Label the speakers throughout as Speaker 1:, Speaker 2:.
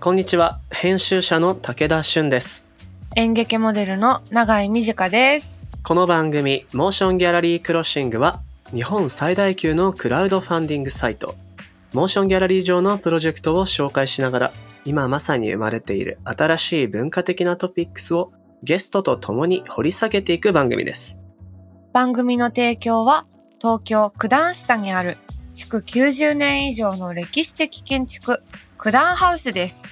Speaker 1: こんにちは編集者の武田俊です
Speaker 2: 演劇モデルの永井美智香です。
Speaker 1: この番組モーションギャラリークロッシングは日本最大級のクラウドファンディングサイトモーションギャラリー上のプロジェクトを紹介しながら今まさに生まれている新しい文化的なトピックスをゲストと共に掘り下げていく番組です
Speaker 2: 番組の提供は東京九段下にある築90年以上の歴史的建築九段ハウスです。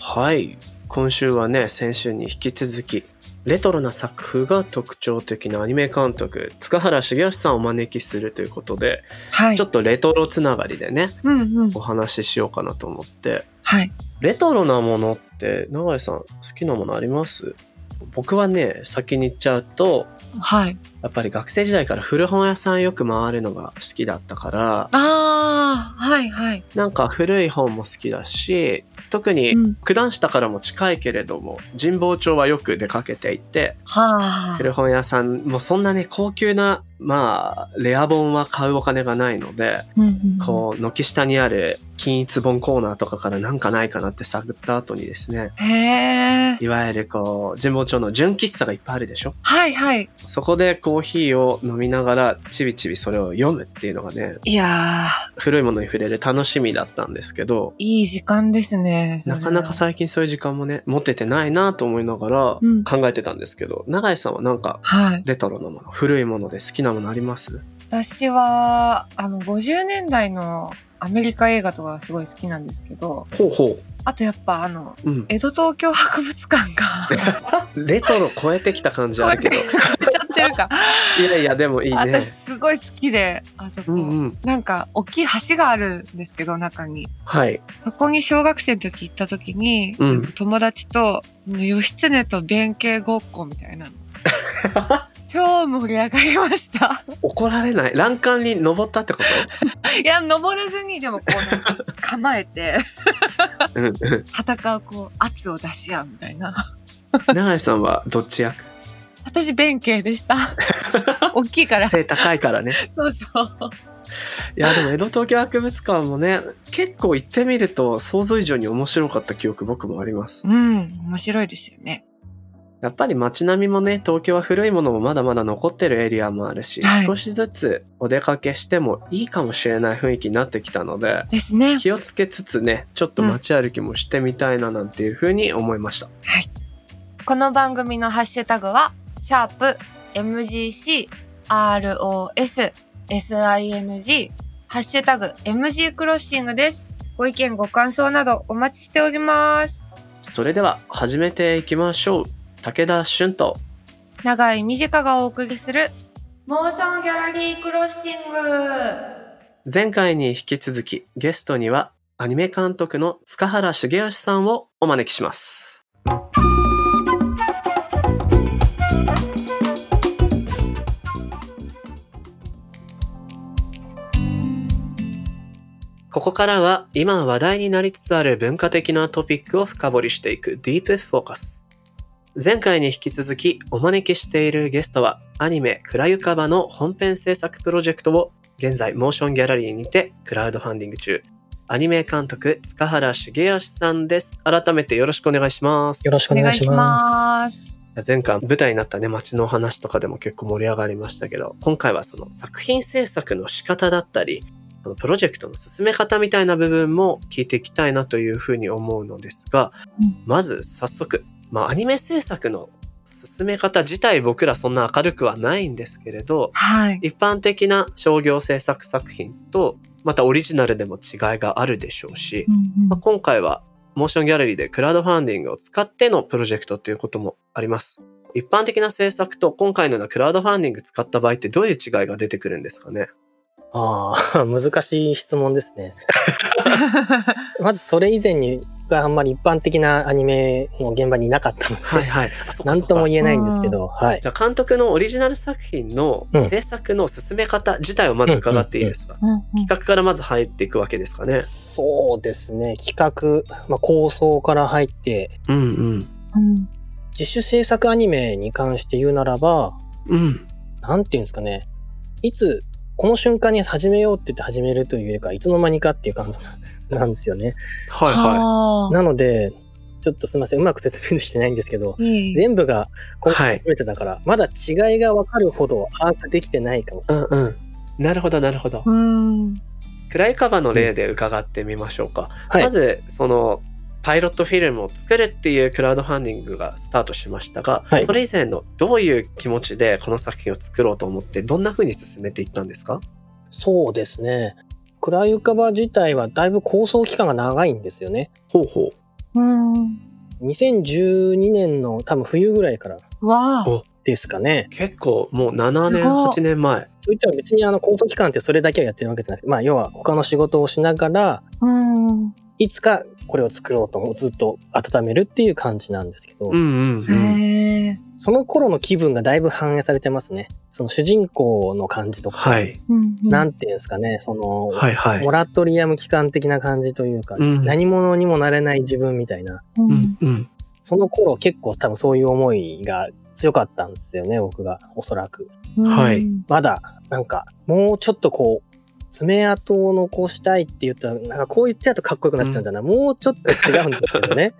Speaker 1: はい今週はね先週に引き続きレトロな作風が特徴的なアニメ監督塚原茂義さんをお招きするということで、
Speaker 2: はい
Speaker 1: ちょっとレトロつながりでね
Speaker 2: うんうん。
Speaker 1: お話ししようかなと思って
Speaker 2: はい。
Speaker 1: レトロなものって永井さん好きなものあります僕はね先に言っちゃうと
Speaker 2: はい。
Speaker 1: やっぱり学生時代から古本屋さんよく回るのが好きだったから
Speaker 2: ああ、はいはい。
Speaker 1: なんか古い本も好きだし特に
Speaker 2: うん
Speaker 1: 九段下からも近いけれども神保町はよく出かけていて
Speaker 2: はあ。
Speaker 1: 古本屋さんもそんなね高級なまあレア本は買うお金がないので
Speaker 2: うんうん
Speaker 1: こう軒下にある均一本コーナーとかからなんかないかなって探った後にですね
Speaker 2: うん。へえ。
Speaker 1: いわゆるこう神保町の純喫茶がいっぱいあるでしょ
Speaker 2: はいはい。
Speaker 1: そこでコーヒーを飲みながらちびちびそれを読むっていうのがね
Speaker 2: いやー、
Speaker 1: 古いものに触れる楽しみだったんですけど
Speaker 2: いい時間ですね。それ
Speaker 1: なかなか最近そういう時間もね持ててないなと思いながら
Speaker 2: うん
Speaker 1: 考えてたんですけど、永井さんはなんか
Speaker 2: はい。
Speaker 1: レトロなもの古いもので好きなものあります
Speaker 2: 私は、あの、50年代のアメリカ映画とかがすごい好きなんですけど、
Speaker 1: ほうほ
Speaker 2: あとやっぱあの、
Speaker 1: う、うん、
Speaker 2: 江戸東京博物館が
Speaker 1: レトロ超えてきた 感じある けど
Speaker 2: 超ちゃってるか。
Speaker 1: いやいやでもいいね
Speaker 2: 私すごい好きで、あそこ。
Speaker 1: うんうん
Speaker 2: なんか大きい橋があるんですけど、中に。
Speaker 1: はい
Speaker 2: そこに小学生の時行った時に、
Speaker 1: うん
Speaker 2: 友達と、義経と弁慶ごっこみたい なの。超盛り上がりました。
Speaker 1: 怒られない欄干に登ったってこ
Speaker 2: いや、登らずに、でもこうなんか構えて、
Speaker 1: と うんうん
Speaker 2: 戦うこう圧を出し合うみたいな。
Speaker 1: 永井さんはどっち役
Speaker 2: 私、弁慶 でした。大きいから。そ
Speaker 1: 背高いからね
Speaker 2: うそう。
Speaker 1: いやでも江戸東京博物館もね結構行ってみると想像以上に面白かった記憶僕もあります
Speaker 2: うん、面白いですよね。
Speaker 1: やっぱり街並みもね東京は古いものもまだまだ残ってるエリアもあるし、
Speaker 2: はい
Speaker 1: 少しずつお出かけしてもいいかもしれない雰囲気になってきたので
Speaker 2: ですね。
Speaker 1: 気をつけつつねちょっと街歩きもしてみたいななんていうふうに思いました、
Speaker 2: この番組のハッシュタグは、シャープ MGC、ROS、SING、ハッシュタグ MG クロッシングです。ご意見、ご感想などお待ちしております。
Speaker 1: それでは始めていきましょう武田俊と
Speaker 2: 長井美智香がお送りする、モーションギャラリークロッシング。
Speaker 1: 前回に引き続きゲストにはアニメ監督の塚原茂義さんをお招きしますここからは今話題になりつつある文化的なトピックを深掘りしていくディープフォーカス前回に引き続きお招きしているゲストはアニメ「暗ゆかば」の本編制作プロジェクトを現在モーションギャラリーにてクラウドファンディング中アニメ監督塚原茂義さんです改めてよろしくお願いします
Speaker 3: よろしくお願いします。
Speaker 2: す。
Speaker 1: 前回舞台になったね街のお話とかでも結構盛り上がりましたけど今回はその作品制作の仕方だったりそのプロジェクトの進め方みたいな部分も聞いていきたいなというふうに思うのですが、
Speaker 2: うん
Speaker 1: まず早速、まあ、アニメ制作の進め方自体僕らそんな明るくはないんですけれど
Speaker 2: はい。
Speaker 1: 一般的な商業制作作品とまたオリジナルでも違いがあるでしょうし、まあ、今回はモーションギャラリーでクラウドファンディングを使ってのプロジェクトということもあります。一般的な制作と今回のようなクラウドファンディング使った場合ってどういう違いが出てくるんですかね
Speaker 3: ああ、 難しい質問ですね。まずそれ以前に、僕はあんまり一般的なアニメの現場にいなかったので、
Speaker 1: はいはい。 あそっか
Speaker 3: なんとも
Speaker 1: そっか
Speaker 3: 言えないんですけど、はい
Speaker 1: じ。ゃあ監督のオリジナル作品の
Speaker 3: うん
Speaker 1: 制作の進め方自体をまず伺っていいですか、企画からまず入っていくわけですかね。
Speaker 3: そうですね、企画、まあ、構想から入って、
Speaker 1: うんうん。
Speaker 3: 自主制作アニメに関して言うならば、
Speaker 1: うん。
Speaker 3: なんていうんですかね、いつこの瞬間に始めようって言って始めるというよりかはいつの間にかっていう感じなんですよね。
Speaker 1: はいは
Speaker 2: は
Speaker 3: なのでちょっとすみませんうまく説明できてないんですけど
Speaker 2: い。いい
Speaker 3: 全部が
Speaker 1: は
Speaker 3: 今
Speaker 1: い
Speaker 3: 回初めてだから、まだ違いが分かるほど把握できてないかも。
Speaker 1: い。うんうん。なるほどなるほど
Speaker 2: う。ん。
Speaker 1: 暗いカバの例で伺ってみましょうか。
Speaker 3: はい
Speaker 1: まずそのパイロットフィルムを作るっていうクラウドファンディングがスタートしましたが、
Speaker 3: はい
Speaker 1: それ以前のどういう気持ちでこの作品を作ろうと思ってどんな風に進めていったんですか
Speaker 3: そうですね。暗い浮かば自体はだいぶ構想期間が長いんですよね。
Speaker 1: ほうほ
Speaker 2: うん。
Speaker 3: 2012年の多分冬ぐらいから
Speaker 2: わあ。
Speaker 3: ですかね。
Speaker 1: う結構もう7年
Speaker 2: すごい
Speaker 1: 8年前
Speaker 3: といっても別にあの構想期間ってそれだけはやってるわけじゃなくて、まあ要は他の仕事をしながら、
Speaker 2: うん。
Speaker 3: いつかこれを作ろうとずっと温めるっていう感じなんですけ
Speaker 1: う
Speaker 3: ど、
Speaker 1: んうんうん
Speaker 2: へえ。
Speaker 3: その頃の気分がだいぶ反映されてますね。その主人公の感じとか、
Speaker 1: はい
Speaker 2: うんうん
Speaker 3: なんていうんですかね、その、
Speaker 1: はいはい
Speaker 3: モラトリアム期間的な感じというか、
Speaker 1: うん
Speaker 3: 何者にもなれない自分みたいな、
Speaker 2: う
Speaker 1: うんんうん
Speaker 3: その頃結構多分そういう思いが強かったんですよね、僕が、おそらく。
Speaker 1: はい
Speaker 3: まだ、なんか、もうちょっとこう、爪痕を残したいって言ったら、なんかこう言っちゃうとかっこよくなっちゃうんだな。もうちょっと違うんですけど ね。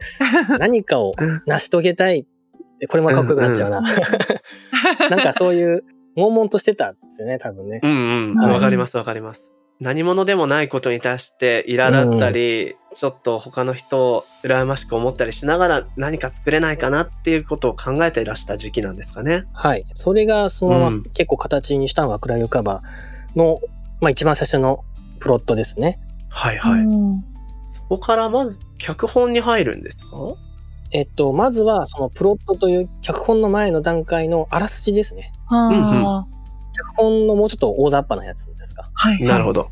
Speaker 3: 何かを成し遂げたい。これもかっこよくなっちゃうな。なんかそういう、悶々としてたんですよね、多分ね
Speaker 1: う。んうん
Speaker 3: はい
Speaker 1: わかりますわかります何者でもないことに対して苛だったり、ちょっと他の人を羨ましく思ったりしながら何か作れないかなっていうことを考えていらした時期なんですかね
Speaker 3: はい。それがそのま
Speaker 1: う
Speaker 3: ま
Speaker 1: ん
Speaker 3: 結構形にしたのが暗い浮かばの、まあ一番最初のプロットですね。
Speaker 1: はいはい、
Speaker 2: うん
Speaker 1: そこからまず脚本に入るんですか
Speaker 3: えっと、まずはそのプロットという脚本の前の段階のあらすじですね。
Speaker 2: はあ
Speaker 3: 脚本のもうちょっと大雑把なやつですか。
Speaker 2: はい。
Speaker 1: なるほど。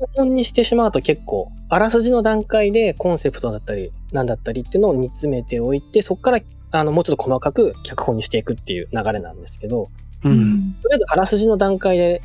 Speaker 3: 脚本にしてしまうと結構あらすじの段階でコンセプトだったりなんだったりっていうのを煮詰めておいてそこからあのもうちょっと細かく脚本にしていくっていう流れなんですけど
Speaker 1: う。
Speaker 2: うんん。
Speaker 3: とりあえずあらすじの段階で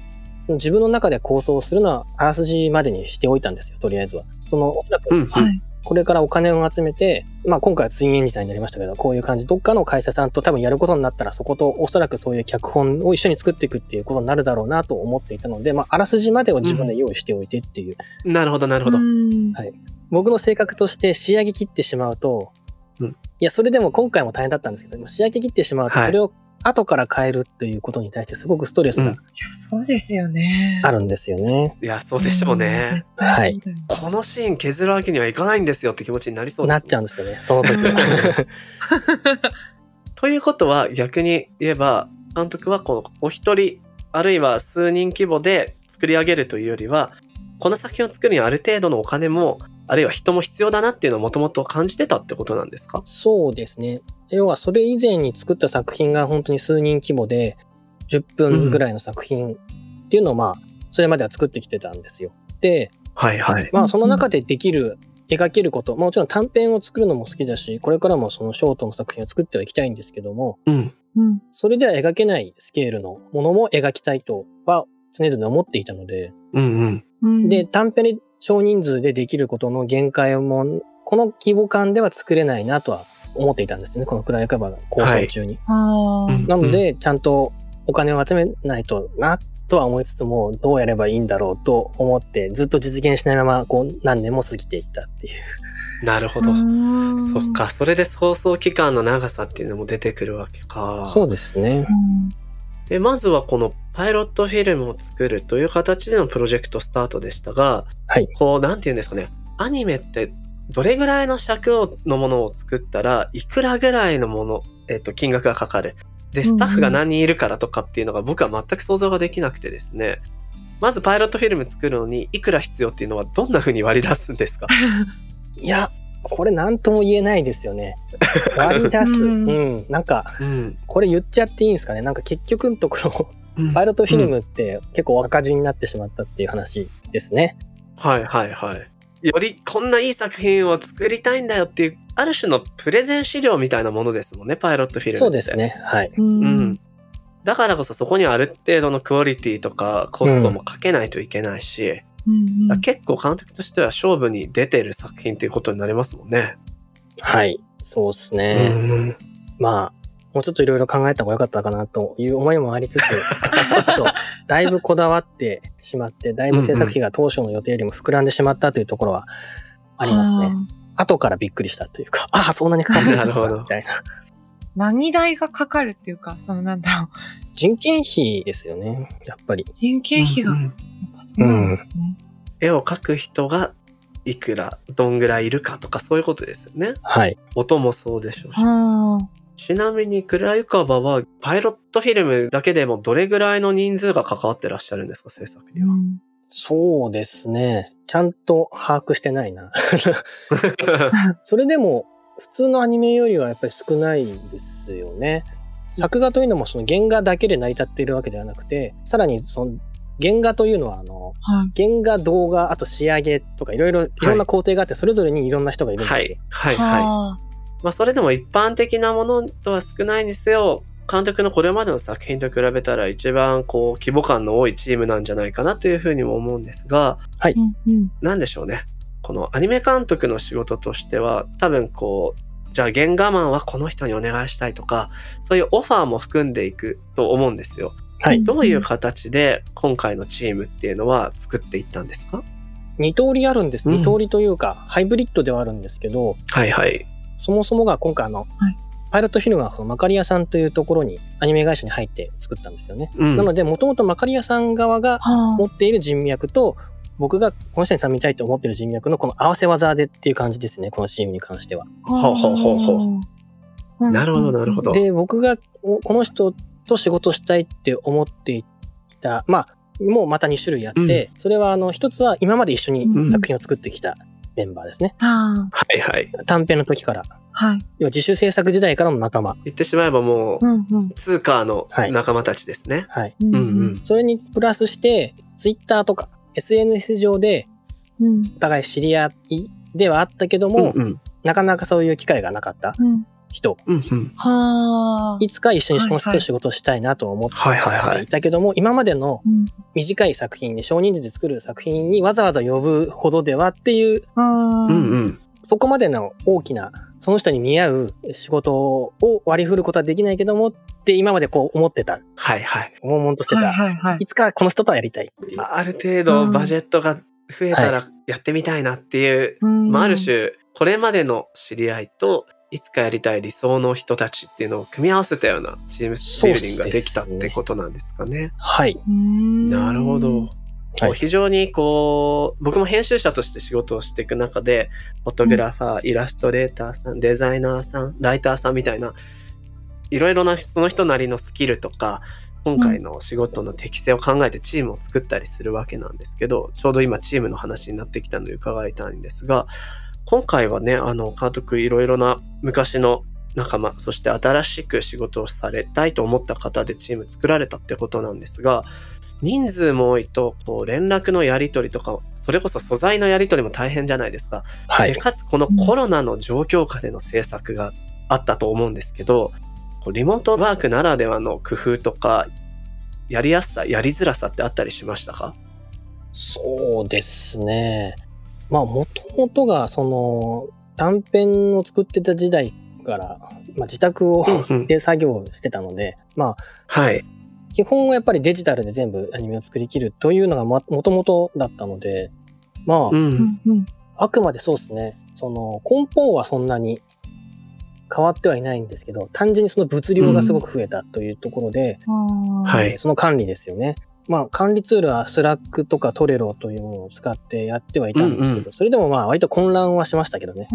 Speaker 3: その自分の中で構想するのはあらすじまでにしておいたんですよとりあえずは。そのおそら
Speaker 1: う
Speaker 3: く
Speaker 1: ん。
Speaker 2: はい。
Speaker 3: これからお金を集めて、まあ、今回はツインエンジンさんになりましたけどこういう感じどっかの会社さんと多分やることになったらそことおそらくそういう脚本を一緒に作っていくっていうことになるだろうなと思っていたので、まあ、あらすじまでを自分で用意しておいてっていう
Speaker 1: なるほど、なるほど
Speaker 2: う。ん
Speaker 3: はい僕の性格として仕上げ切ってしまうと、
Speaker 1: うん
Speaker 3: いやそれでも今回も大変だったんですけどでも仕上げ切ってしまうと
Speaker 1: はい
Speaker 3: それを後から変えるということに対してすごくストレス
Speaker 1: うん
Speaker 3: が
Speaker 2: いやそうですよね。
Speaker 3: あるんですよね。
Speaker 1: いや、そうでしょうね。
Speaker 2: ん。絶対そうだよね
Speaker 1: このシーン削るわけにはいかないんですよって気持ちになりそうです。
Speaker 3: なっちゃうんですよねその時 は。
Speaker 1: ということは、逆に言えば、監督はこうお一人、あるいは数人規模で作り上げるというよりは、この作品を作るにはある程度のお金も、あるいは人も必要だなっていうのをもともと感じてたってことなんですか
Speaker 3: そうですね要はそれ以前に作った作品が本当に数人規模で10分ぐらいの作品っていうのをまあそれまでは作ってきてたんですよ。で、
Speaker 1: はいはい。
Speaker 3: まあその中でできる、描けること、まあもちろん短編を作るのも好きだし、これからもそのショートの作品を作ってはいきたいんですけども、
Speaker 1: うん。
Speaker 2: うん。
Speaker 3: それでは描けないスケールのものも描きたいとは常々思っていたので、
Speaker 1: うんうん。
Speaker 2: うん
Speaker 3: で、、短編で少人数でできることの限界も、この規模感では作れないなとは思っていたんですね、この暗いカバーが構想中に。
Speaker 2: あ
Speaker 1: うん
Speaker 3: なので、ちゃんとお金を集めないとなとは思いつつも、どうやればいいんだろうと思って、ずっと実現しないまま、こう、何年も過ぎていったっていう。
Speaker 1: なるほど。そっ。か、それで放送期間の長さっていうのも出てくるわけか。
Speaker 3: そうですね
Speaker 2: あ。ー
Speaker 1: でまずはこのパイロットフィルムを作るという形でのプロジェクトスタートでしたが、
Speaker 3: はい
Speaker 1: こうなんて言うんですかねアニメってどれぐらいの尺をのものを作ったらいくらぐらいのもの、えっと金額がかかるで
Speaker 2: うんうん
Speaker 1: スタッフが何人いるからとかっていうのが僕は全く想像ができなくてですねまずパイロットフィルム作るのにいくら必要っていうのはどんな風に割り出すんですか
Speaker 3: いや、これ何とも言えないですよ ね。割り出す。う
Speaker 2: うん
Speaker 3: ん。なんか、
Speaker 1: うん、
Speaker 3: これ言っちゃっていいんですかね。なんか結局のところ、
Speaker 1: うん
Speaker 3: パイロットフィル
Speaker 1: うん
Speaker 3: ムって結構赤字になってしまったっていう話ですね。
Speaker 1: はいはいはいよりこんないい作品を作りたいんだよっていうある種のプレゼン資料みたいなものですもんねパイロットフィルムって
Speaker 3: そうですね。はい。
Speaker 2: う
Speaker 1: うんん。だからこそそこにはある程度のクオリティとかコストもかけないといけないし、だか
Speaker 2: うん
Speaker 1: ら結構監督としては勝負に出てる作品っていうことになりますもんね。
Speaker 3: はい。そうですね。
Speaker 1: うん
Speaker 3: まあ、もうちょっといろいろ考えた方が良かったかなという思いもありつつ、ちょっとだいぶこだわってしまって、だいぶ制作費が当初の予定よりも膨らんでしまったというところはありますね。
Speaker 2: うん
Speaker 3: 後からびっくりしたというか、 ああ、そんなにかかってたのかみたいな。
Speaker 2: 何代がかかるっていうか、そのなんだろう。
Speaker 3: 人件費ですよね、やっぱり。
Speaker 2: 人件費が、
Speaker 1: う
Speaker 2: やっ
Speaker 1: ん
Speaker 2: ぱそうなんですね。
Speaker 1: 絵を描く人がいくらどんぐらいいるかとかそういうことですよね
Speaker 3: はい。
Speaker 1: 音もそうでしょうし、
Speaker 2: あー
Speaker 1: ちなみに倉床場はパイロットフィルムだけでもどれぐらいの人数が関わってらっしゃるんですか制作に
Speaker 2: う
Speaker 1: は、
Speaker 2: ん
Speaker 3: そうですね。ちゃんと把握してないな。それでも、普通のアニメよりはやっぱり少ないですよね。作画というのもその原画だけで成り立っているわけではなくて、さらにその原画というのはあの、
Speaker 2: はい。
Speaker 3: 原画、動画、あと仕上げとかいろいろ、いろんな工程があって、それぞれにいろんな人がいるんです
Speaker 1: は
Speaker 3: よ
Speaker 1: いはいはい
Speaker 2: あー
Speaker 1: まあ、それでも一般的なものとは少ないにせよ監督のこれまでの作品と比べたら一番こう規模感の多いチームなんじゃないかなというふうにも思うんですが
Speaker 2: うんうん
Speaker 1: 何でしょうねこのアニメ監督の仕事としては多分こうじゃあ原画マンはこの人にお願いしたいとかそういうオファーも含んでいくと思うんですよ。
Speaker 3: はい
Speaker 1: どういう形で今回のチームっていうのは作っていったんですか
Speaker 3: 二通りあるんです。
Speaker 1: うん
Speaker 3: 二通りというか、ハイブリッドではあるんですけど、
Speaker 1: はいはい。
Speaker 3: そもそもが今回あの、
Speaker 2: はい
Speaker 3: パイロットフィルムはそのマカリアさんというところにアニメ会社に入って作ったんですよね。
Speaker 1: うん、
Speaker 3: なので、もともとマカリアさん側が
Speaker 2: は
Speaker 3: 持っている人脈と、僕がこの人に頼みたいと思っている人脈のこの合わせ技でっていう感じですね、このチームに関しては。
Speaker 2: あ。
Speaker 1: ほうほうほうほう
Speaker 2: うん
Speaker 1: なるほどなるほど
Speaker 3: で、僕がおこの人と仕事したいって思っていた、まあ、もうまた2種類あって、それはあの、一つは今まで一緒に作品を作ってきたメンバーですね。
Speaker 2: は
Speaker 1: はいはい。
Speaker 3: 短編の時から、
Speaker 2: あ。はい。
Speaker 3: 要は自主制作時代からの仲間。
Speaker 1: 言ってしまえばもう
Speaker 2: う
Speaker 1: ん
Speaker 2: うん。
Speaker 1: ツーカーの仲間たちですね。
Speaker 3: はい。
Speaker 2: う
Speaker 1: うんうん。
Speaker 3: それにプラスして、ツイッターとか SNS 上で
Speaker 2: うん。うん
Speaker 3: お互い知り合いではあったけども、
Speaker 1: うんうん
Speaker 3: なかなかそういう機会がなかった
Speaker 2: うん。
Speaker 3: 人、
Speaker 1: うんうん
Speaker 2: はあ。
Speaker 3: いつか一緒にこの人
Speaker 2: はいは
Speaker 3: と
Speaker 2: い
Speaker 3: 仕事したいなと思って
Speaker 1: はいはいはい
Speaker 3: い。たけども、今までの
Speaker 2: うん
Speaker 3: 短い作品で少人数で作る作品にわざわざ呼ぶほどではっていう、
Speaker 2: あ
Speaker 1: うん
Speaker 2: ー
Speaker 1: うん。
Speaker 3: そこまでの大きな、その人に見合う仕事を割り振ることはできないけどもって今までこう思ってた、
Speaker 1: はいはい。
Speaker 3: 悶々として
Speaker 2: はい
Speaker 3: た。
Speaker 2: はいはい
Speaker 3: い。つかこの人とはやりたいっていう。
Speaker 1: あある程度バジェットが増えたらやってみたいなっていう、まあ、ある
Speaker 2: うん。
Speaker 1: 種これまでの知り合いといつかやりたい理想の人たちっていうのを組み合わせたようなチームビルディングができたってことなんですかね。
Speaker 3: はい。
Speaker 2: うん
Speaker 1: なるほど。。こ
Speaker 3: は
Speaker 1: う
Speaker 3: い
Speaker 1: 非常にこう僕も編集者として仕事をしていく中でフォトグラファー、イラストレーターさんデザイナーさんライターさんみたいないろいろなその人なりのスキルとか今回の仕事の適性を考えてチームを作ったりするわけなんですけどちょうど今チームの話になってきたので伺いたいんですが今回はねあの監督いろいろな昔の仲間そして新しく仕事をされたいと思った方でチーム作られたってことなんですが人数も多いとこう連絡のやり取りとかそれこそ素材のやり取りも大変じゃないですか、
Speaker 3: は
Speaker 1: で
Speaker 3: い。
Speaker 1: かつこのコロナの状況下での制作があったと思うんですけどこうリモートワークならではの工夫とかやりやすさやりづらさってあったりしましたか
Speaker 3: そうですね。まあ、もともとが、その、短編を作ってた時代から、まあ、自宅を、で作業してたので、まあ、
Speaker 1: はい
Speaker 3: 基本はやっぱりデジタルで全部アニメを作り切るというのがもともとだったので、ま
Speaker 1: うん
Speaker 2: うんうん。
Speaker 3: あ、あくまでそうですね。その、根本はそんなに変わってはいないんですけど、単純にその物量がすごく増えたというところで、
Speaker 2: は
Speaker 1: はい
Speaker 3: えーその管理ですよね。まあ、管理ツールはスラックとかトレロというものを使ってやってはいたんですけど、
Speaker 1: うんうん
Speaker 3: それでもまあ割と混乱はしましたけどね。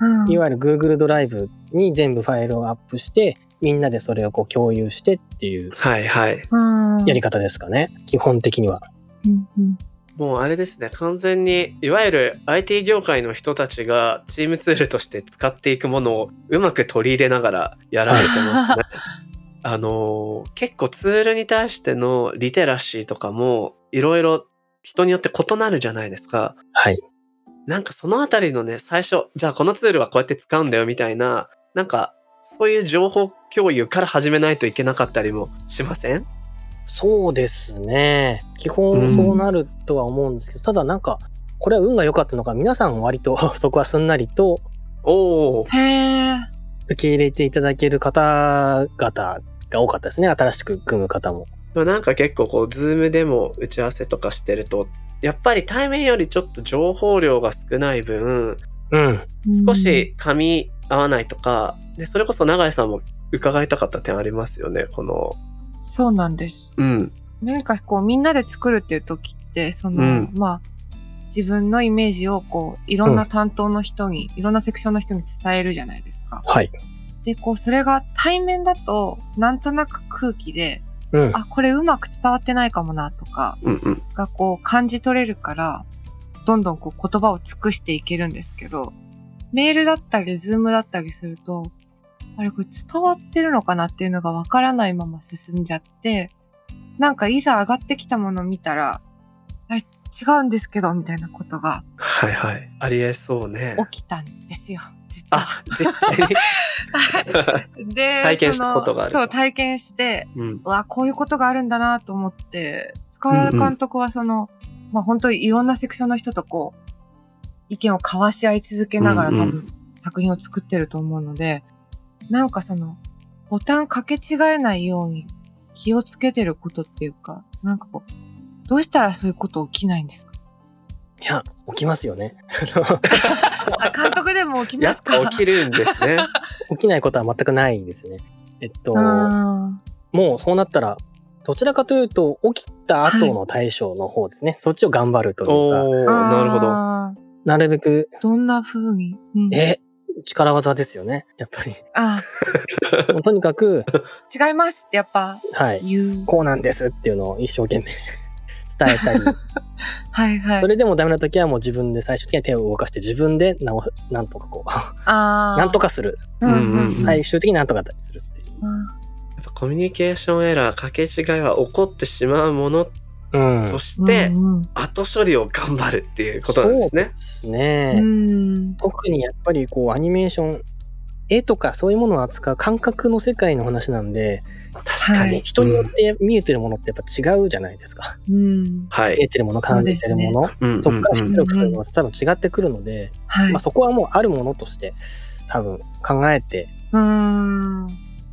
Speaker 2: うん。
Speaker 3: いわゆる Google ドライブに全部ファイルをアップして、みんなでそれをこう共有してっていう
Speaker 1: はいはい
Speaker 2: うん。
Speaker 3: やり方ですかね。基本的には。
Speaker 2: うんうん。
Speaker 1: もうあれですね完全にいわゆる IT 業界の人たちがチームツールとして使っていくものをうまく取り入れながらやられてます ね。あのー結構ツールに対してのリテラシーとかもいろいろ人によって異なるじゃないですか。
Speaker 3: はい。
Speaker 1: なんかそのあたりのね最初じゃあこのツールはこうやって使うんだよみたいななんかそういう情報共有から始めないといけなかったりもしません
Speaker 3: そうですね。基本そうなるとは思うんですけど、ただなんか、これ は運が良かったのか、皆さん割とそこはすんなりと
Speaker 1: おお
Speaker 2: へえ。
Speaker 3: 受け入れていただける方々が多かったですね。新しく組む方も。
Speaker 1: でもなんか結構こう、ズームでも打ち合わせとかしてると、やっぱり対面よりちょっと情報量が少ない分、
Speaker 3: うん。
Speaker 1: 少し噛み合わないとか、でそれこそ永井さんも伺いたかった点ありますよね、この。
Speaker 2: うんそうなんです。
Speaker 1: うん。
Speaker 2: なんかこうみんなで作るっていう時って、その、
Speaker 1: うん
Speaker 2: まあ、自分のイメージをこう、いろんな担当の人に、いろんなセクションの人に伝えるじゃないですか。
Speaker 3: はい。
Speaker 2: で、こう、それが対面だと、なんとなく空気で、
Speaker 3: うん。
Speaker 2: あ、これうまく伝わってないかもなとか、
Speaker 1: うんうん。
Speaker 2: がこう、感じ取れるから、どんどんこう、言葉を尽くしていけるんですけど、メールだったり、ズームだったりすると、あれこれ伝わってるのかなっていうのがわからないまま進んじゃって、なんかいざ上がってきたもの見たら、あれ違うんですけど、みたいなことが
Speaker 1: はいはい。ありえそうね。
Speaker 2: 起きたんですよ、実は。
Speaker 1: あ、実際 に。
Speaker 2: で、
Speaker 1: 体験したことがある
Speaker 2: そのそう、体験して、
Speaker 1: うん。
Speaker 2: うわこういうことがあるんだなと思って塚原監督はその、まあ本当にいろんなセクションの人とこう意見を交わし合い続けながら多
Speaker 1: うんうん
Speaker 2: 分作品を作ってると思うので、なんかそのボタンかけ違えないように気をつけてることっていうかなんかこうどうしたらそういうこと起きないんですか
Speaker 3: いや、起きますよね。
Speaker 2: あ監督でも起き
Speaker 1: や
Speaker 2: ま
Speaker 1: っ
Speaker 2: すか
Speaker 1: ぱ起きるんですね。
Speaker 3: 起きないことは全くないですね。えっと、
Speaker 2: うん
Speaker 3: もうそうなったら、どちらかというと、起きた後の対処の方ですね。そっちを頑張るというか、
Speaker 1: おお、なるほど。
Speaker 2: あー
Speaker 3: なるべく、
Speaker 2: どんな風に、うん、
Speaker 3: え、力技ですよね。やっ ぱり。
Speaker 2: あ
Speaker 3: もうとにかく、
Speaker 2: 違いますってやっぱ
Speaker 3: はい。
Speaker 2: 言う
Speaker 3: こうなんですっていうのを一生懸命 伝えたり、
Speaker 2: はいはい
Speaker 3: それでもダメな時はもう自分で最終的には手を動かして自分で直すなんとかこう、
Speaker 2: あー
Speaker 3: なんとかする。
Speaker 2: うんうんうん
Speaker 3: 最終的になんとかだったりするっていう。
Speaker 1: やっぱコミュニケーションエラー、かけ違いは起こってしまうもの
Speaker 3: うん
Speaker 1: と。して、
Speaker 2: うんうん
Speaker 1: 後処理を頑張るっていうことなんです
Speaker 3: そう
Speaker 1: ね
Speaker 3: で。すね。
Speaker 2: うん
Speaker 3: 特にやっぱりこうアニメーション絵とかそういうものを扱う感覚の世界の話なんで
Speaker 1: 確かに。
Speaker 2: はい
Speaker 3: 人によっ
Speaker 1: うん
Speaker 3: て見えてるものってやっぱ違うじゃないですか、
Speaker 2: うん
Speaker 1: はい
Speaker 3: 見え。てるもの感じてるものそ,、
Speaker 1: うん
Speaker 3: こから出
Speaker 1: うん
Speaker 3: 力するのは多分違ってくるので、
Speaker 2: はい
Speaker 3: まあ、そこはもうあるものとして多分考えて
Speaker 2: うん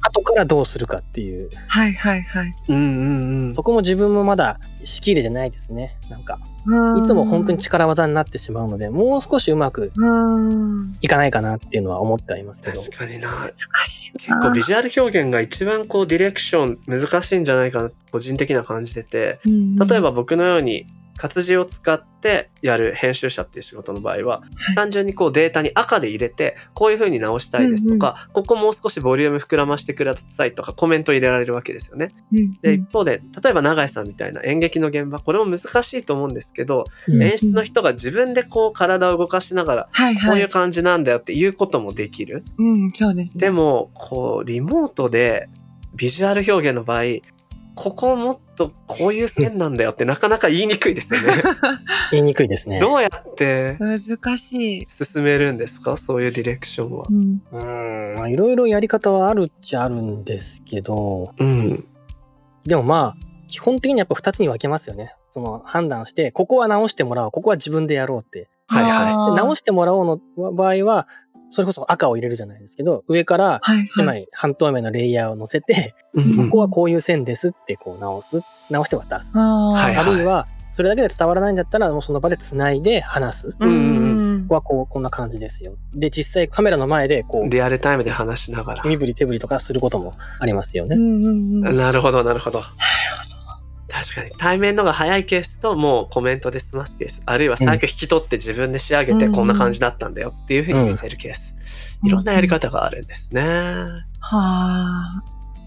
Speaker 3: 後からどうするかっていう
Speaker 2: はいはいはい
Speaker 1: うんうんうん。
Speaker 3: そこも自分もまだしきれてないですねなんか
Speaker 2: うん
Speaker 3: いつも本当に力技になってしまうのでもう少しうまく
Speaker 2: うん難
Speaker 3: いかないかなっていうのは思ってはいますけど
Speaker 1: 確かにな。
Speaker 2: しい
Speaker 1: 結
Speaker 2: よ
Speaker 1: 構
Speaker 2: な
Speaker 1: ビジュアル表現が一番こうディレクション難しいんじゃないかな個人的な感じでて
Speaker 2: うん
Speaker 1: 例えば僕のように活字を使ってやる編集者っていう仕事の場合は、
Speaker 2: はい
Speaker 1: 単純にこうデータに赤で入れてこういう風に直したいですとか、ここもう少しボリューム膨らましてくださいとかコメント入れられるわけですよね。
Speaker 2: うん
Speaker 1: で一方で例えば永井さんみたいな演劇の現場これも難しいと思うんですけど、
Speaker 3: うん
Speaker 1: 演出の人が自分でこう体を動かしながら
Speaker 2: はい
Speaker 1: こう
Speaker 2: は
Speaker 1: いう
Speaker 2: い
Speaker 1: 感じなんだよっていうこともできる。
Speaker 2: うんそうですね
Speaker 1: でもこうリモートでビジュアル表現の場合ここもっとこういう線なんだよってなかなか言いにくいですよね。
Speaker 3: 言いにくいですね
Speaker 1: どうやって
Speaker 2: 難しい
Speaker 1: 進めるんですかそういうディレクションは
Speaker 2: う。ん
Speaker 3: うーん、まあいろいろやり方はあるっちゃあるんですけど、
Speaker 1: うん。
Speaker 3: でもまあ、基本的にやっぱ2つに分けますよね。その判断して、ここは直してもらおう、ここは自分でやろうって。
Speaker 1: はいはい。
Speaker 2: あー
Speaker 3: で直してもらおうの場合は、それこそ赤を入れるじゃないですけど、上から
Speaker 2: はい
Speaker 3: 1
Speaker 2: はい
Speaker 3: 枚半透明のレイヤーを乗せて、
Speaker 1: うんうん
Speaker 3: ここはこういう線ですってこう直す、直して渡す。
Speaker 2: あー
Speaker 1: はい
Speaker 3: あるいは、それだけで伝わらないんだったら、もうその場で繋いで話す。こ
Speaker 2: うん
Speaker 3: こはこう、こんな感じですよ。で、実際カメラの前で、こう、
Speaker 1: リアルタイムで話しながら。
Speaker 3: 身振り手振りとかすることもありますよ
Speaker 2: う
Speaker 3: ね。
Speaker 2: んうんうん
Speaker 1: なるほどなるほど。確かに対面のが早いケースともうコメントで済ますケースあるいは最悪引き取って自分で仕上げて
Speaker 2: うん
Speaker 1: こんな感じだったんだよっていうふうに見せるケース、いろんなやり方があるんですね。
Speaker 2: は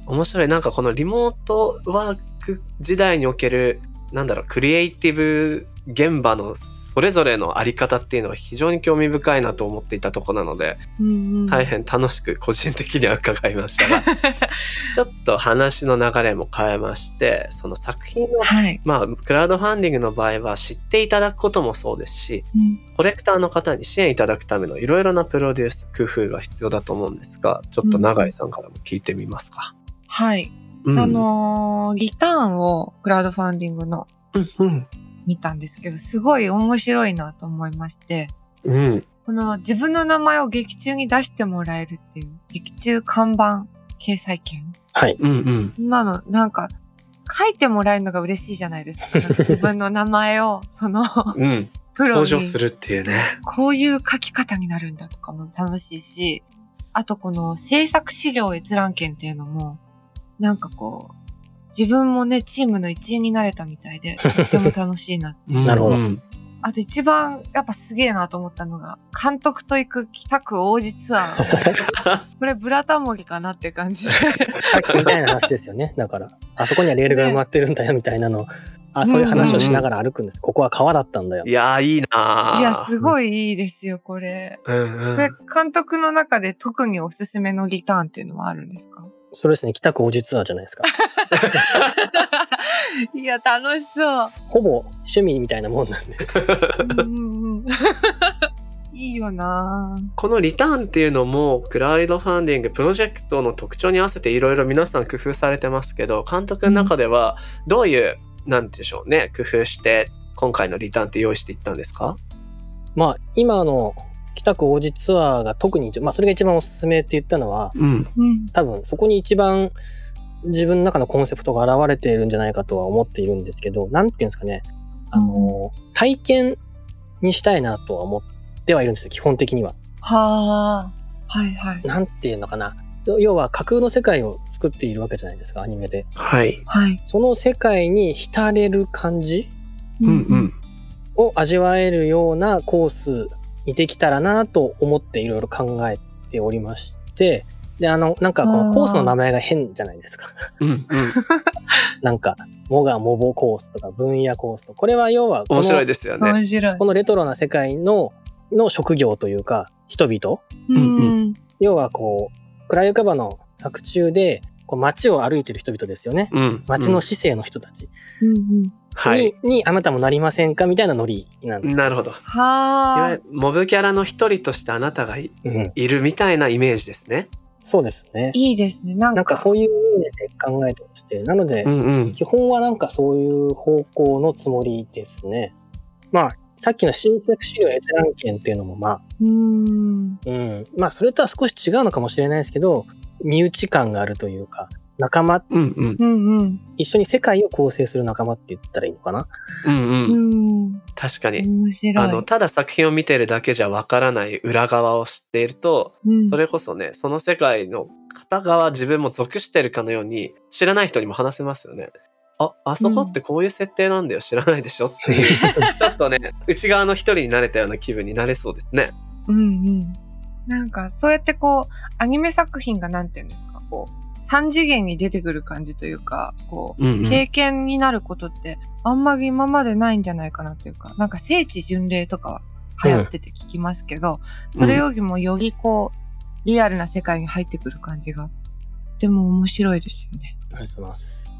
Speaker 1: 面白いなんかこのリモートワーク時代におけるなんだろうクリエイティブ現場のそれぞれのあり方っていうのは非常に興味深いなと思っていたところなので
Speaker 2: ーうんうん
Speaker 1: 大変楽しく個人的には伺いましたがちょっと話の流れも変えましてその作品を
Speaker 2: はい
Speaker 1: まあクラウドファンディングの場合は知っていただくこともそうですし
Speaker 2: うん
Speaker 1: コレクターの方に支援いただくためのいろいろなプロデュース工夫が必要だと思うんですがちょっと永井さんからも聞いてみますか。
Speaker 2: はい
Speaker 1: うん
Speaker 2: あのーリターンをクラウドファンディングの
Speaker 1: うんうん
Speaker 2: 見たんですけど、すごい面白いなと思いまして、
Speaker 1: うん、
Speaker 2: この自分の名前を劇中に出してもらえるっていう、劇中看板掲載券。
Speaker 3: はい。
Speaker 1: うんうん。
Speaker 2: そんなの、なんか、書いてもらえるのが嬉しいじゃないですか。なんか自分の名前を、その、
Speaker 1: うん。
Speaker 2: プロ
Speaker 1: 登
Speaker 2: に
Speaker 1: 場するっていうね。
Speaker 2: こういう書き方になるんだとかも楽しいし、あとこの制作資料閲覧権っていうのも、なんかこう、自分もね、チームの一員になれたみたいで、とても楽しいな。
Speaker 1: な
Speaker 3: るほど
Speaker 1: うん
Speaker 2: あと一番やっぱすげえなと思ったのが、監督と行く北区王子ツアー。 これブラタモリかなって感じで。
Speaker 3: さっきみたいな話ですよね。 だから、あそこにはレールが埋まってるんだよみたいなのをあ、そういう話をしながら歩くんです。ここは川だったんだよ
Speaker 1: い。やー、いいなー
Speaker 2: いや、すごいいいですよ、これ。
Speaker 1: うん
Speaker 2: こ
Speaker 1: う
Speaker 2: れ
Speaker 1: ん。
Speaker 2: 監督の中で特におすすめのリターンっていうのはあるんですか
Speaker 3: それですね、北区王子ツアーじゃないですか。
Speaker 2: いや、楽しそう。
Speaker 3: ほぼ趣味みたいなもんなんで。
Speaker 2: うんうんうんいいよなぁ
Speaker 1: このリターンっていうのもクラウドファンディングプロジェクトの特徴に合わせていろいろ皆さん工夫されてますけど監督の中ではどういう、なんていうんでしょうね工夫して今回のリターンって用意していったんですか
Speaker 3: まあ、今の北区王子ツアーが特に、まあ、それが一番おすすめって言ったのは、
Speaker 1: うん
Speaker 2: うん
Speaker 3: 多分そこに一番自分の中のコンセプトが現れているんじゃないかとは思っているんですけど、なんていうんですかね、あの、体験にしたいなとは思ってはいるんですよ、基本的には。
Speaker 2: はあ。はいはい。
Speaker 3: なんていうのかな。要は架空の世界を作っているわけじゃないですか、アニメで。
Speaker 1: はい
Speaker 2: はい。
Speaker 3: その世界に浸れる感じ
Speaker 1: うんうん
Speaker 3: を味わえるようなコースにできたらなと思っていろいろ考えておりまして、で、あの、なんかこのコースの名前が変じゃないですか。
Speaker 1: うんうん
Speaker 3: なんか、モガモボコースとか分野コースとか、これは要はこ
Speaker 1: 面白い
Speaker 3: の
Speaker 1: ですよね
Speaker 2: 面白い
Speaker 3: こ。のレトロな世界のの職業というか、人々、
Speaker 1: うんうん
Speaker 2: うん。
Speaker 3: 要はこう、暗い浮かばの作中で、こう街を歩いてる人々ですよね。
Speaker 1: うん
Speaker 3: 街の
Speaker 1: うん
Speaker 3: 市政の人たちに,、
Speaker 2: うん
Speaker 1: はい
Speaker 3: にあなたもなりませんかみたいなノリなんです。
Speaker 1: なるほどいわゆ
Speaker 2: はあ
Speaker 1: る。モブキャラの一人としてあなたがい
Speaker 3: うん、
Speaker 1: いるみたいなイメージですね
Speaker 3: そうですね。
Speaker 2: いいですね。なんか。
Speaker 3: なんかそういう意味で考えてまして、なので、
Speaker 1: うんうん
Speaker 3: 基本はなんかそういう方向のつもりですね。まあ、さっきの新作資料閲覧権っていうのもまあ、
Speaker 2: うーん。
Speaker 3: うん、まあそれとは少し違うのかもしれないですけど、身内感があるというか、仲間、
Speaker 1: うんうん
Speaker 2: うんうん。
Speaker 3: 一緒に世界を構成する仲間って言ったらいいのかな。
Speaker 1: うん
Speaker 2: う
Speaker 1: うん
Speaker 2: ん。
Speaker 1: 確かに
Speaker 2: 面
Speaker 1: あ
Speaker 2: 白
Speaker 1: の
Speaker 2: い。
Speaker 1: ただ作品を見てるだけじゃわからない裏側を知っていると
Speaker 2: うん
Speaker 1: それこそねその世界の片側自分も属してるかのように知らない人にも話せますよね。ああそこってこういう設定なんだよ知らないでしょっていう ちょっとね内側の一人になれたような気分になれそうですね。
Speaker 2: うんうん。なんかそうやってこう、アニメ作品がなんていうんですか、こう、三次元に出てくる感じというか、こう、
Speaker 1: うん
Speaker 2: 経験になることってあんまり今までないんじゃないかなっていうか、なんか聖地巡礼とかは流行ってて聞きますけど、
Speaker 1: うん
Speaker 2: それよりもよりこう、リアルな世界に入ってくる感じが、でも面白いですよね。
Speaker 3: ありがとうございます。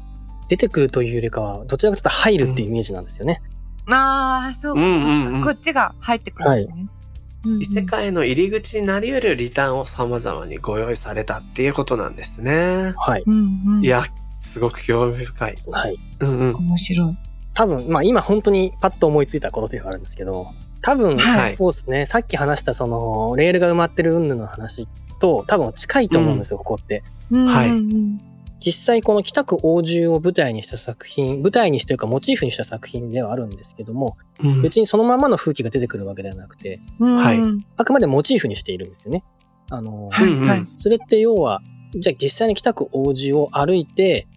Speaker 3: 出てくるというよりかは、どちらかというと入るっていうイメージなんですよね。
Speaker 2: ああ、そうか、
Speaker 1: うんうんうん
Speaker 2: こっちが入ってくるんですね。うんうん
Speaker 1: 異世界の入り口になりうるリターンを様々にご用意されたっていうことなんですね。
Speaker 3: はい。
Speaker 2: うんうん、
Speaker 1: いやすごく興味深い。
Speaker 3: はい。
Speaker 1: うんうん、
Speaker 2: 面白い。
Speaker 3: 多分、まあ今本当にパッと思いついたことではあるんですけど、多分、
Speaker 1: はい
Speaker 3: そうですね。さっき話したその、レールが埋まってる云々の話と、多分近いと思うんですよ、ここって。
Speaker 2: うんうんうん
Speaker 1: はい
Speaker 3: 実際この北区王獣を舞台にした作品、舞台にしてというかモチーフにした作品ではあるんですけども、
Speaker 1: うん
Speaker 3: 別にそのままの風景が出てくるわけではなくて、
Speaker 2: うんうん
Speaker 1: はい
Speaker 3: あくまでモチーフにしているんですよね。あの、
Speaker 2: はい
Speaker 1: うんうん
Speaker 2: はい
Speaker 3: それって要は、じゃあ実際に北区王子を歩いて、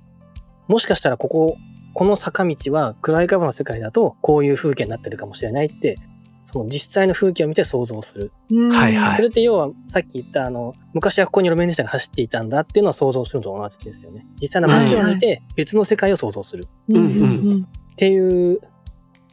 Speaker 3: もしかしたらここ、この坂道は暗いカバの世界だとこういう風景になってるかもしれないって、その実際の風景を見て想像する。
Speaker 2: うん
Speaker 1: はいはい
Speaker 3: それって要はさっき言ったあの、昔はここに路面電車が走っていたんだっていうのを想像するのと同じですよね。実際の街を見て別の世界を想像する
Speaker 2: うんうんうん
Speaker 3: っていう、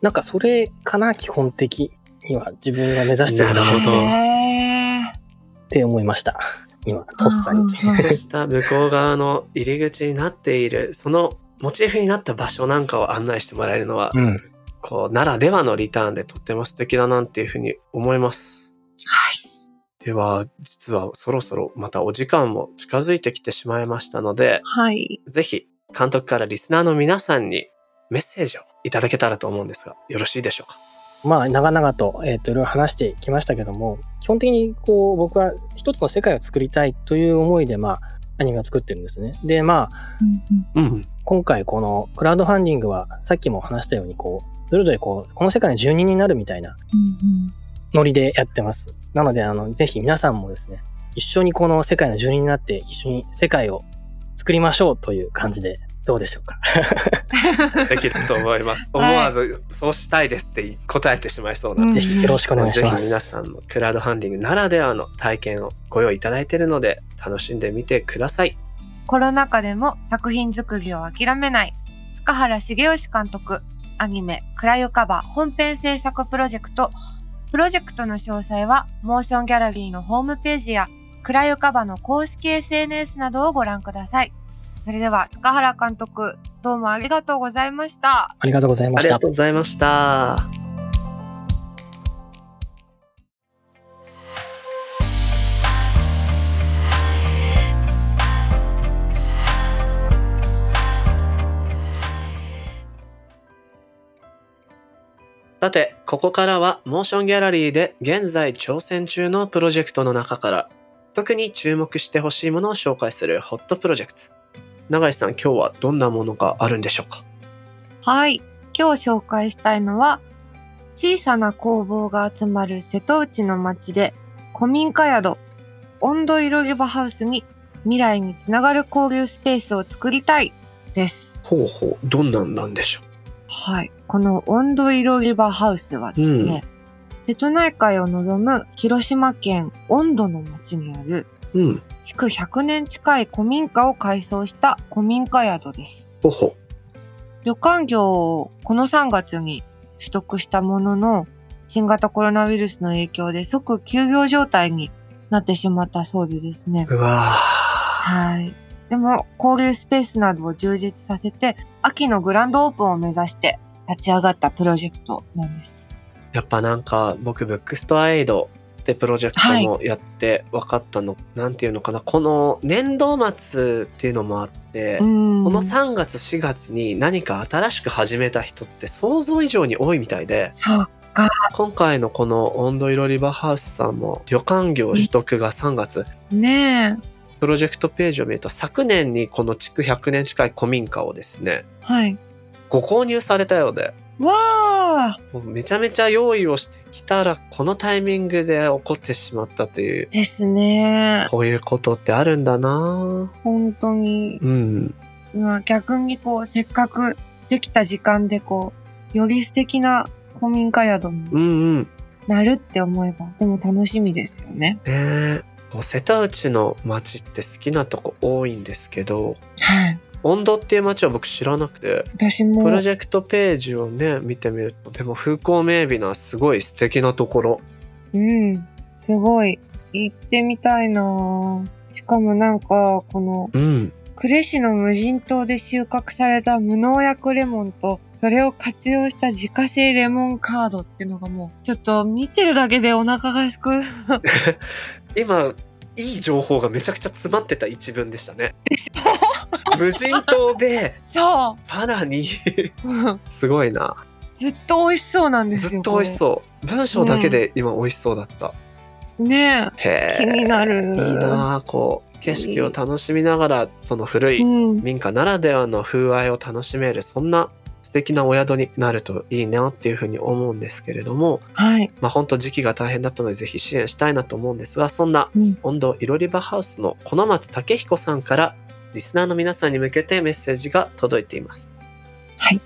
Speaker 3: なんかそれかな、基本的には自分が目指して
Speaker 1: な
Speaker 3: る
Speaker 1: るほど
Speaker 2: へー
Speaker 3: って思いました。今、とっさに。
Speaker 2: うんうんうん
Speaker 1: そうした向こう側の入り口になっているそのモチーフになった場所なんかを案内してもらえるのは、
Speaker 3: うん。
Speaker 1: こうならではのリターンでとっても素敵だなっていうふうに思います。
Speaker 2: はい。
Speaker 1: では実はそろそろまたお時間も近づいてきてしまいましたので
Speaker 2: はい。
Speaker 1: ぜひ監督からリスナーの皆さんにメッセージをいただけたらと思うんですがよろしいでしょうか
Speaker 3: まあ、長々と、えっ、と、いろいろ話してきましたけども、基本的に、こう、僕は一つの世界を作りたいという思いで、まあ、アニメを作ってるんですね。で、まあ、
Speaker 1: うん。
Speaker 3: 今回、このクラウドファンディングは、さっきも話したように、こう、それぞれ、こう、この世界の住人になるみたいな ノリでやってます。なので、あの、ぜひ皆さんもですね、一緒にこの世界の住人になって、一緒に世界を作りましょうという感じで、どうでしょうか。
Speaker 1: できると思います。
Speaker 2: はい
Speaker 1: 思わず、そうしたいですって答えてしまいそうな。
Speaker 2: うん
Speaker 3: ぜひよろしくお願いし
Speaker 1: ぜひ
Speaker 3: ます。
Speaker 1: 皆さんもクラウドファンディングならではの体験をご用意いただいているので楽しんでみてください。
Speaker 2: コロナ禍でも作品作りを諦めない塚原茂義監督アニメ「暗ゆかば」本編制作プロジェクトプロジェクトの詳細はモーションギャラリーのホームページや「暗ゆかば」の公式 SNS などをご覧くださいそれでは塚原監督どうもありがとうございました
Speaker 3: ありがとうございま
Speaker 1: あ
Speaker 3: し
Speaker 1: り
Speaker 3: た
Speaker 1: がと。うございました。さて、ここからはモーションギャラリーで現在挑戦中のプロジェクトの中から特に注目してほしいものを紹介するホットプロジェクト。永井さん、今日はどんなものがあるんでしょうか
Speaker 2: はい今日紹介したいのは小さな工房が集まる瀬戸内の町で古民家宿温度いろり場ハウスに未来につながる交流スペースを作りたいです。
Speaker 1: ほうほう、どんなんなんでしょ
Speaker 2: はい。この温度いろり場ハウスはですね、瀬戸内海を望む広島県温度の町にある
Speaker 1: う。うん。
Speaker 2: 築100年近い古民家を改装した古民家宿です。
Speaker 1: ほほ。
Speaker 2: 旅館業をこの3月に取得したものの、新型コロナウイルスの影響で即休業状態になってしまったそうでですね。
Speaker 1: うわー
Speaker 2: はい。でも、交流スペースなどを充実させて、秋のグランドオープンを目指して立ち上がったプロジェクトなんです。
Speaker 1: やっぱなんか僕、ブックストアエイドってプロジェクトもやって分かったの、なんていうのかな、この年度末っていうのもあって、
Speaker 2: ん
Speaker 1: この3月4月に何か新しく始めた人って想像以上に多いみたいで
Speaker 2: そう。
Speaker 1: 今回のこの温度いろリバーハウスさんも旅館業取得が3月
Speaker 2: ねえ。
Speaker 1: プロジェクトページを見ると昨年にこの築100年近い古民家をですね
Speaker 2: はい。
Speaker 1: ご購入されたようで
Speaker 2: わあ
Speaker 1: もうめちゃめちゃ用意をしてきたらこのタイミングで起こってしまったという
Speaker 2: ですね。
Speaker 1: こういうことってあるんだなぁ
Speaker 2: 本当に。
Speaker 1: うん
Speaker 2: まあ、逆にこう、せっかくできた時間でこう、より素敵な古民家宿
Speaker 1: う
Speaker 2: に
Speaker 1: んうん
Speaker 2: なるって思えば、でも楽しみですよね。
Speaker 1: ねえこう瀬戸内の町って好きなとこ多いんですけど
Speaker 2: はい。
Speaker 1: 温度っていう町は僕知らなくて
Speaker 2: 私
Speaker 1: プ
Speaker 2: も
Speaker 1: ロ、ジェクトページをね見てみるとでも風光明媚なすごい素敵なところ
Speaker 2: うん、すごい、行ってみたいなぁしかもなんか、この、
Speaker 1: うん
Speaker 2: 呉市の無人島で収穫された無農薬レモンと、それを活用した自家製レモンカードっていうのがもう、ちょっと見てるだけでお腹がすく
Speaker 1: 今いい情報がめちゃくちゃ詰まってた一文でした ね無人島で
Speaker 2: そ
Speaker 1: さらに
Speaker 2: う
Speaker 1: すごいな
Speaker 2: ずっと美味しそうなんです
Speaker 1: ず
Speaker 2: よ。
Speaker 1: っと美味しそう文章だけで今美味しそうだった、
Speaker 2: う。ね
Speaker 1: へ
Speaker 2: え、
Speaker 1: え
Speaker 2: 気になる。
Speaker 1: いいなあこう景色を楽しみながらその古
Speaker 2: う
Speaker 1: い
Speaker 2: ん、
Speaker 1: 民家ならではの風合いを楽しめるそんな素敵なお宿になるといいなっていうふうに思うんですけれども
Speaker 2: はい。
Speaker 1: まあ本当時期が大変だったのでぜひ支援したいなと思うんですがそんな
Speaker 2: うん
Speaker 1: 温度いろり場ハウスの小野松武彦さんからリスナーの皆さんに向けてメッセージが届いています。
Speaker 2: はい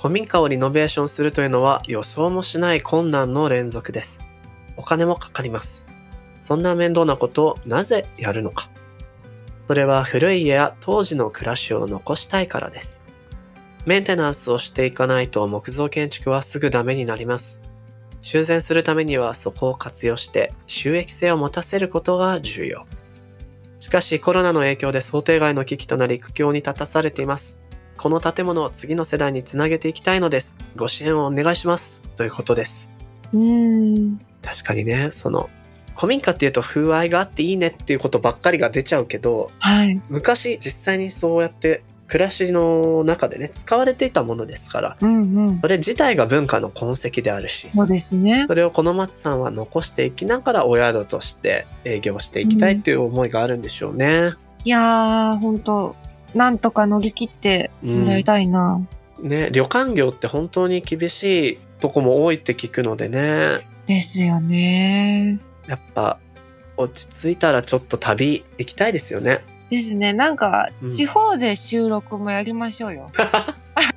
Speaker 1: 古民家をリノベーションするというのは予想もしない困難の連続です。お金もかかります。そんな面倒なことをなぜやるのか。それは古い家や当時の暮らしを残したいからです。メンテナンスをしていかないと木造建築はすぐダメになります。修繕するためにはそこを活用して収益性を持たせることが重要。しかしコロナの影響で想定外の危機となり苦境に立たされています。この建物を次の世代につなげていきたいのです。ご支援をお願いします。ということです。
Speaker 2: うん。
Speaker 1: 確かにね、その、古民家っていうと風合いがあっていいねっていうことばっかりが出ちゃうけど、
Speaker 2: はい。
Speaker 1: 昔実際にそうやって暮らしの中でね、使われていたものですから、
Speaker 2: うんうん。
Speaker 1: それ自体が文化の痕跡であるし、
Speaker 2: そうですね。
Speaker 1: それをこの松さんは残していきながらお宿として営業していきたいっていう思いがあるんでしょうね。
Speaker 2: いやー、本当なんとか乗り切って
Speaker 1: うん
Speaker 2: もらいたいな。
Speaker 1: ね、旅館業って本当に厳しいとこも多いって聞くのでね、
Speaker 2: ですよね。
Speaker 1: やっぱ落ち着いたらちょっと旅行きたいですよね。
Speaker 2: ですね。なんか
Speaker 1: う、ん
Speaker 2: 地方で収録もやりましょうよ。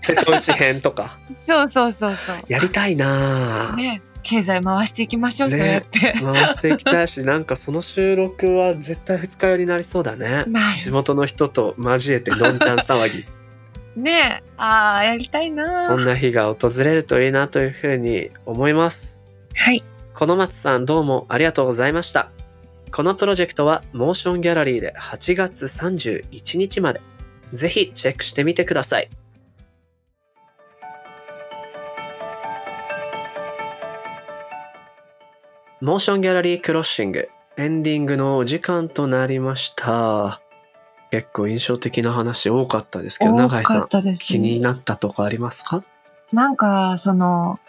Speaker 1: 瀬戸内編とか
Speaker 2: そうそうそうそう。
Speaker 1: やりたいなぁ。
Speaker 2: ね。経済回していきましょう、
Speaker 1: ね
Speaker 2: そうやって。
Speaker 1: 回していきたいし、なんかその収録は絶対二日酔いになりそうだね。
Speaker 2: な
Speaker 1: 地
Speaker 2: る
Speaker 1: 元の人と交えてどんちゃん騒ぎ。
Speaker 2: ねああ、やりたい
Speaker 1: そん
Speaker 2: な。
Speaker 1: な日が訪れるといいなというふうに思います。
Speaker 2: はい。
Speaker 1: この松さんどうもありがとうございました。このプロジェクトはモーションギャラリーで8月31日まで。ぜひチェックしてみてください。モーションギャラリークロッシングエンディングのお時間となりました。結構印象的な話多かったですけど、
Speaker 2: 多
Speaker 1: 永井さ
Speaker 2: かっ
Speaker 1: ん
Speaker 2: たです
Speaker 1: 気に
Speaker 2: ね。
Speaker 1: なったとこありますか
Speaker 2: なんか、その、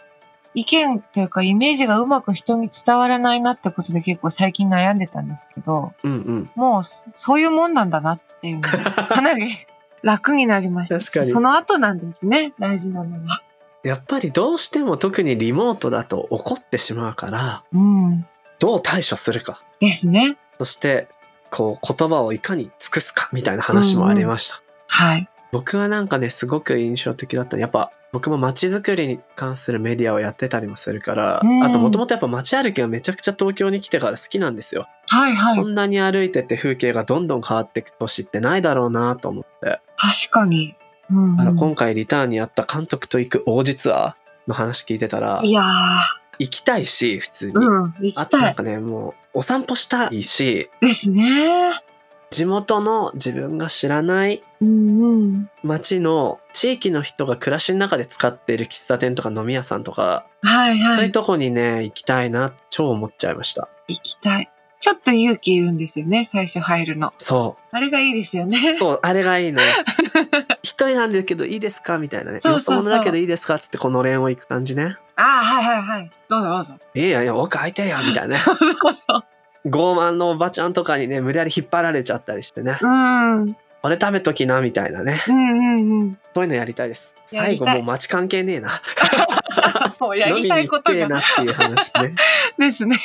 Speaker 2: 意見というかイメージがうまく人に伝わらないなってことで結構最近悩んでたんですけど、
Speaker 1: うんうん。
Speaker 2: もうそそういうもんなんだなっていう のがかなり楽になりました。
Speaker 1: 確かに
Speaker 2: その後なんですね、大事なのは。
Speaker 1: やっぱりどうしても特にリモートだと怒ってしまうから、
Speaker 2: うん。
Speaker 1: どう対処するか。
Speaker 2: ですね。
Speaker 1: そして、こう言葉をいかに尽くすかみたいな話もありました。
Speaker 2: はい。
Speaker 1: 僕はなんかね、すごく印象的だったのやっぱ僕も街づくりに関するメディアをやってたりもするから、
Speaker 2: うん
Speaker 1: あともともとやっぱ街歩きがめちゃくちゃ東京に来てから好きなんですよ。
Speaker 2: はいはい。
Speaker 1: こ
Speaker 2: 確
Speaker 1: んなに歩いてて風景がどんどん変わっていく都市ってないだろうなと思って。
Speaker 2: かに。うん、うん
Speaker 1: あの今回リターンにあった監督と行く王子ツアーの話聞いてたら、
Speaker 2: いやー、
Speaker 1: 行きたいし、普通に。
Speaker 2: うん、行
Speaker 1: あ
Speaker 2: き
Speaker 1: とな
Speaker 2: た
Speaker 1: ん
Speaker 2: い。
Speaker 1: かね、もうお散歩したいし、
Speaker 2: ですね。
Speaker 1: 地元の自分が知らない
Speaker 2: うんうん。
Speaker 1: 町の地域の人が暮らしの中で使っている喫茶店とか飲み屋さんとか、
Speaker 2: はい
Speaker 1: そう
Speaker 2: は
Speaker 1: いう
Speaker 2: い。
Speaker 1: とこにね、行きたいな、超思っちゃいました。
Speaker 2: 行きたい。ちょっと勇気いるんですよね、最初入るの。
Speaker 1: そ
Speaker 2: あれがいいですよね。
Speaker 1: う。そう、あれが いいの。一人なんですけどいいですかみたいなね。
Speaker 2: そうそうそう
Speaker 1: よそ者だけどいいですかつってこの連を行く感じね。
Speaker 2: ああ、はいはいはい。どうぞどうぞ。
Speaker 1: いやいや、僕空いてるよ、みたいなね。
Speaker 2: そうそう。
Speaker 1: 傲慢のおばちゃんとかにね、無理やり引っ張られちゃったりしてね。
Speaker 2: うん。うん
Speaker 1: これ食べときな、みたいなね。
Speaker 2: うんうん。
Speaker 1: そういうのやりたいです。
Speaker 2: やりた
Speaker 1: 最
Speaker 2: い
Speaker 1: 後もう街関係ねえな。
Speaker 2: もうやりたいこと
Speaker 1: 飲みに行
Speaker 2: が
Speaker 1: きてえなっていう話ね。
Speaker 2: ですね。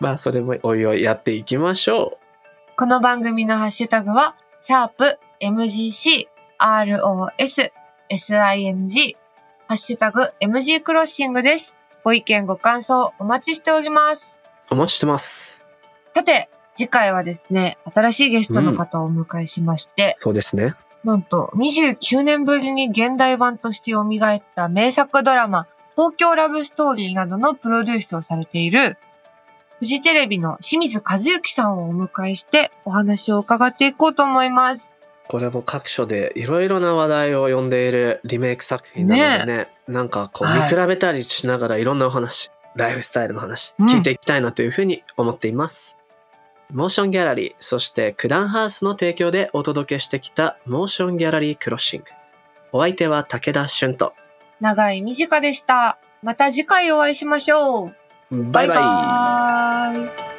Speaker 1: まあそれもおいおいやっていきましょ
Speaker 2: この番組のハッシュタグは、シャープ MGC、ROS、SING、ハッシュタグ MG クロッシングです。ご意見ご感想お待ちしております。
Speaker 1: う。お待ちしてます。
Speaker 2: さて、次回はですね、新しいゲストの方をお迎えしまして、
Speaker 1: そうですね。
Speaker 2: なんと29年ぶりに現代版として蘇った名作ドラマ、東京ラブストーリーなどのプロデュースをされている、フジテレビの清水和幸さんをお迎えしてお話を伺っていこうと思います。
Speaker 1: これも各所でいろいろな話題を呼んでいるリメイク作品なのでね、なんかこう見
Speaker 2: はい
Speaker 1: 比べたりしながらいろんなお話、ライフスタイルの話、
Speaker 2: うん
Speaker 1: 聞いていきたいなというふうに思っています。モーションギャラリー、そして九段ハウスの提供でお届けしてきたモーションギャラリークロッシング。お相手は武田俊と。
Speaker 2: 長い短でした。また次回お会いしましょう。
Speaker 1: バイバイ。
Speaker 2: バイバーイ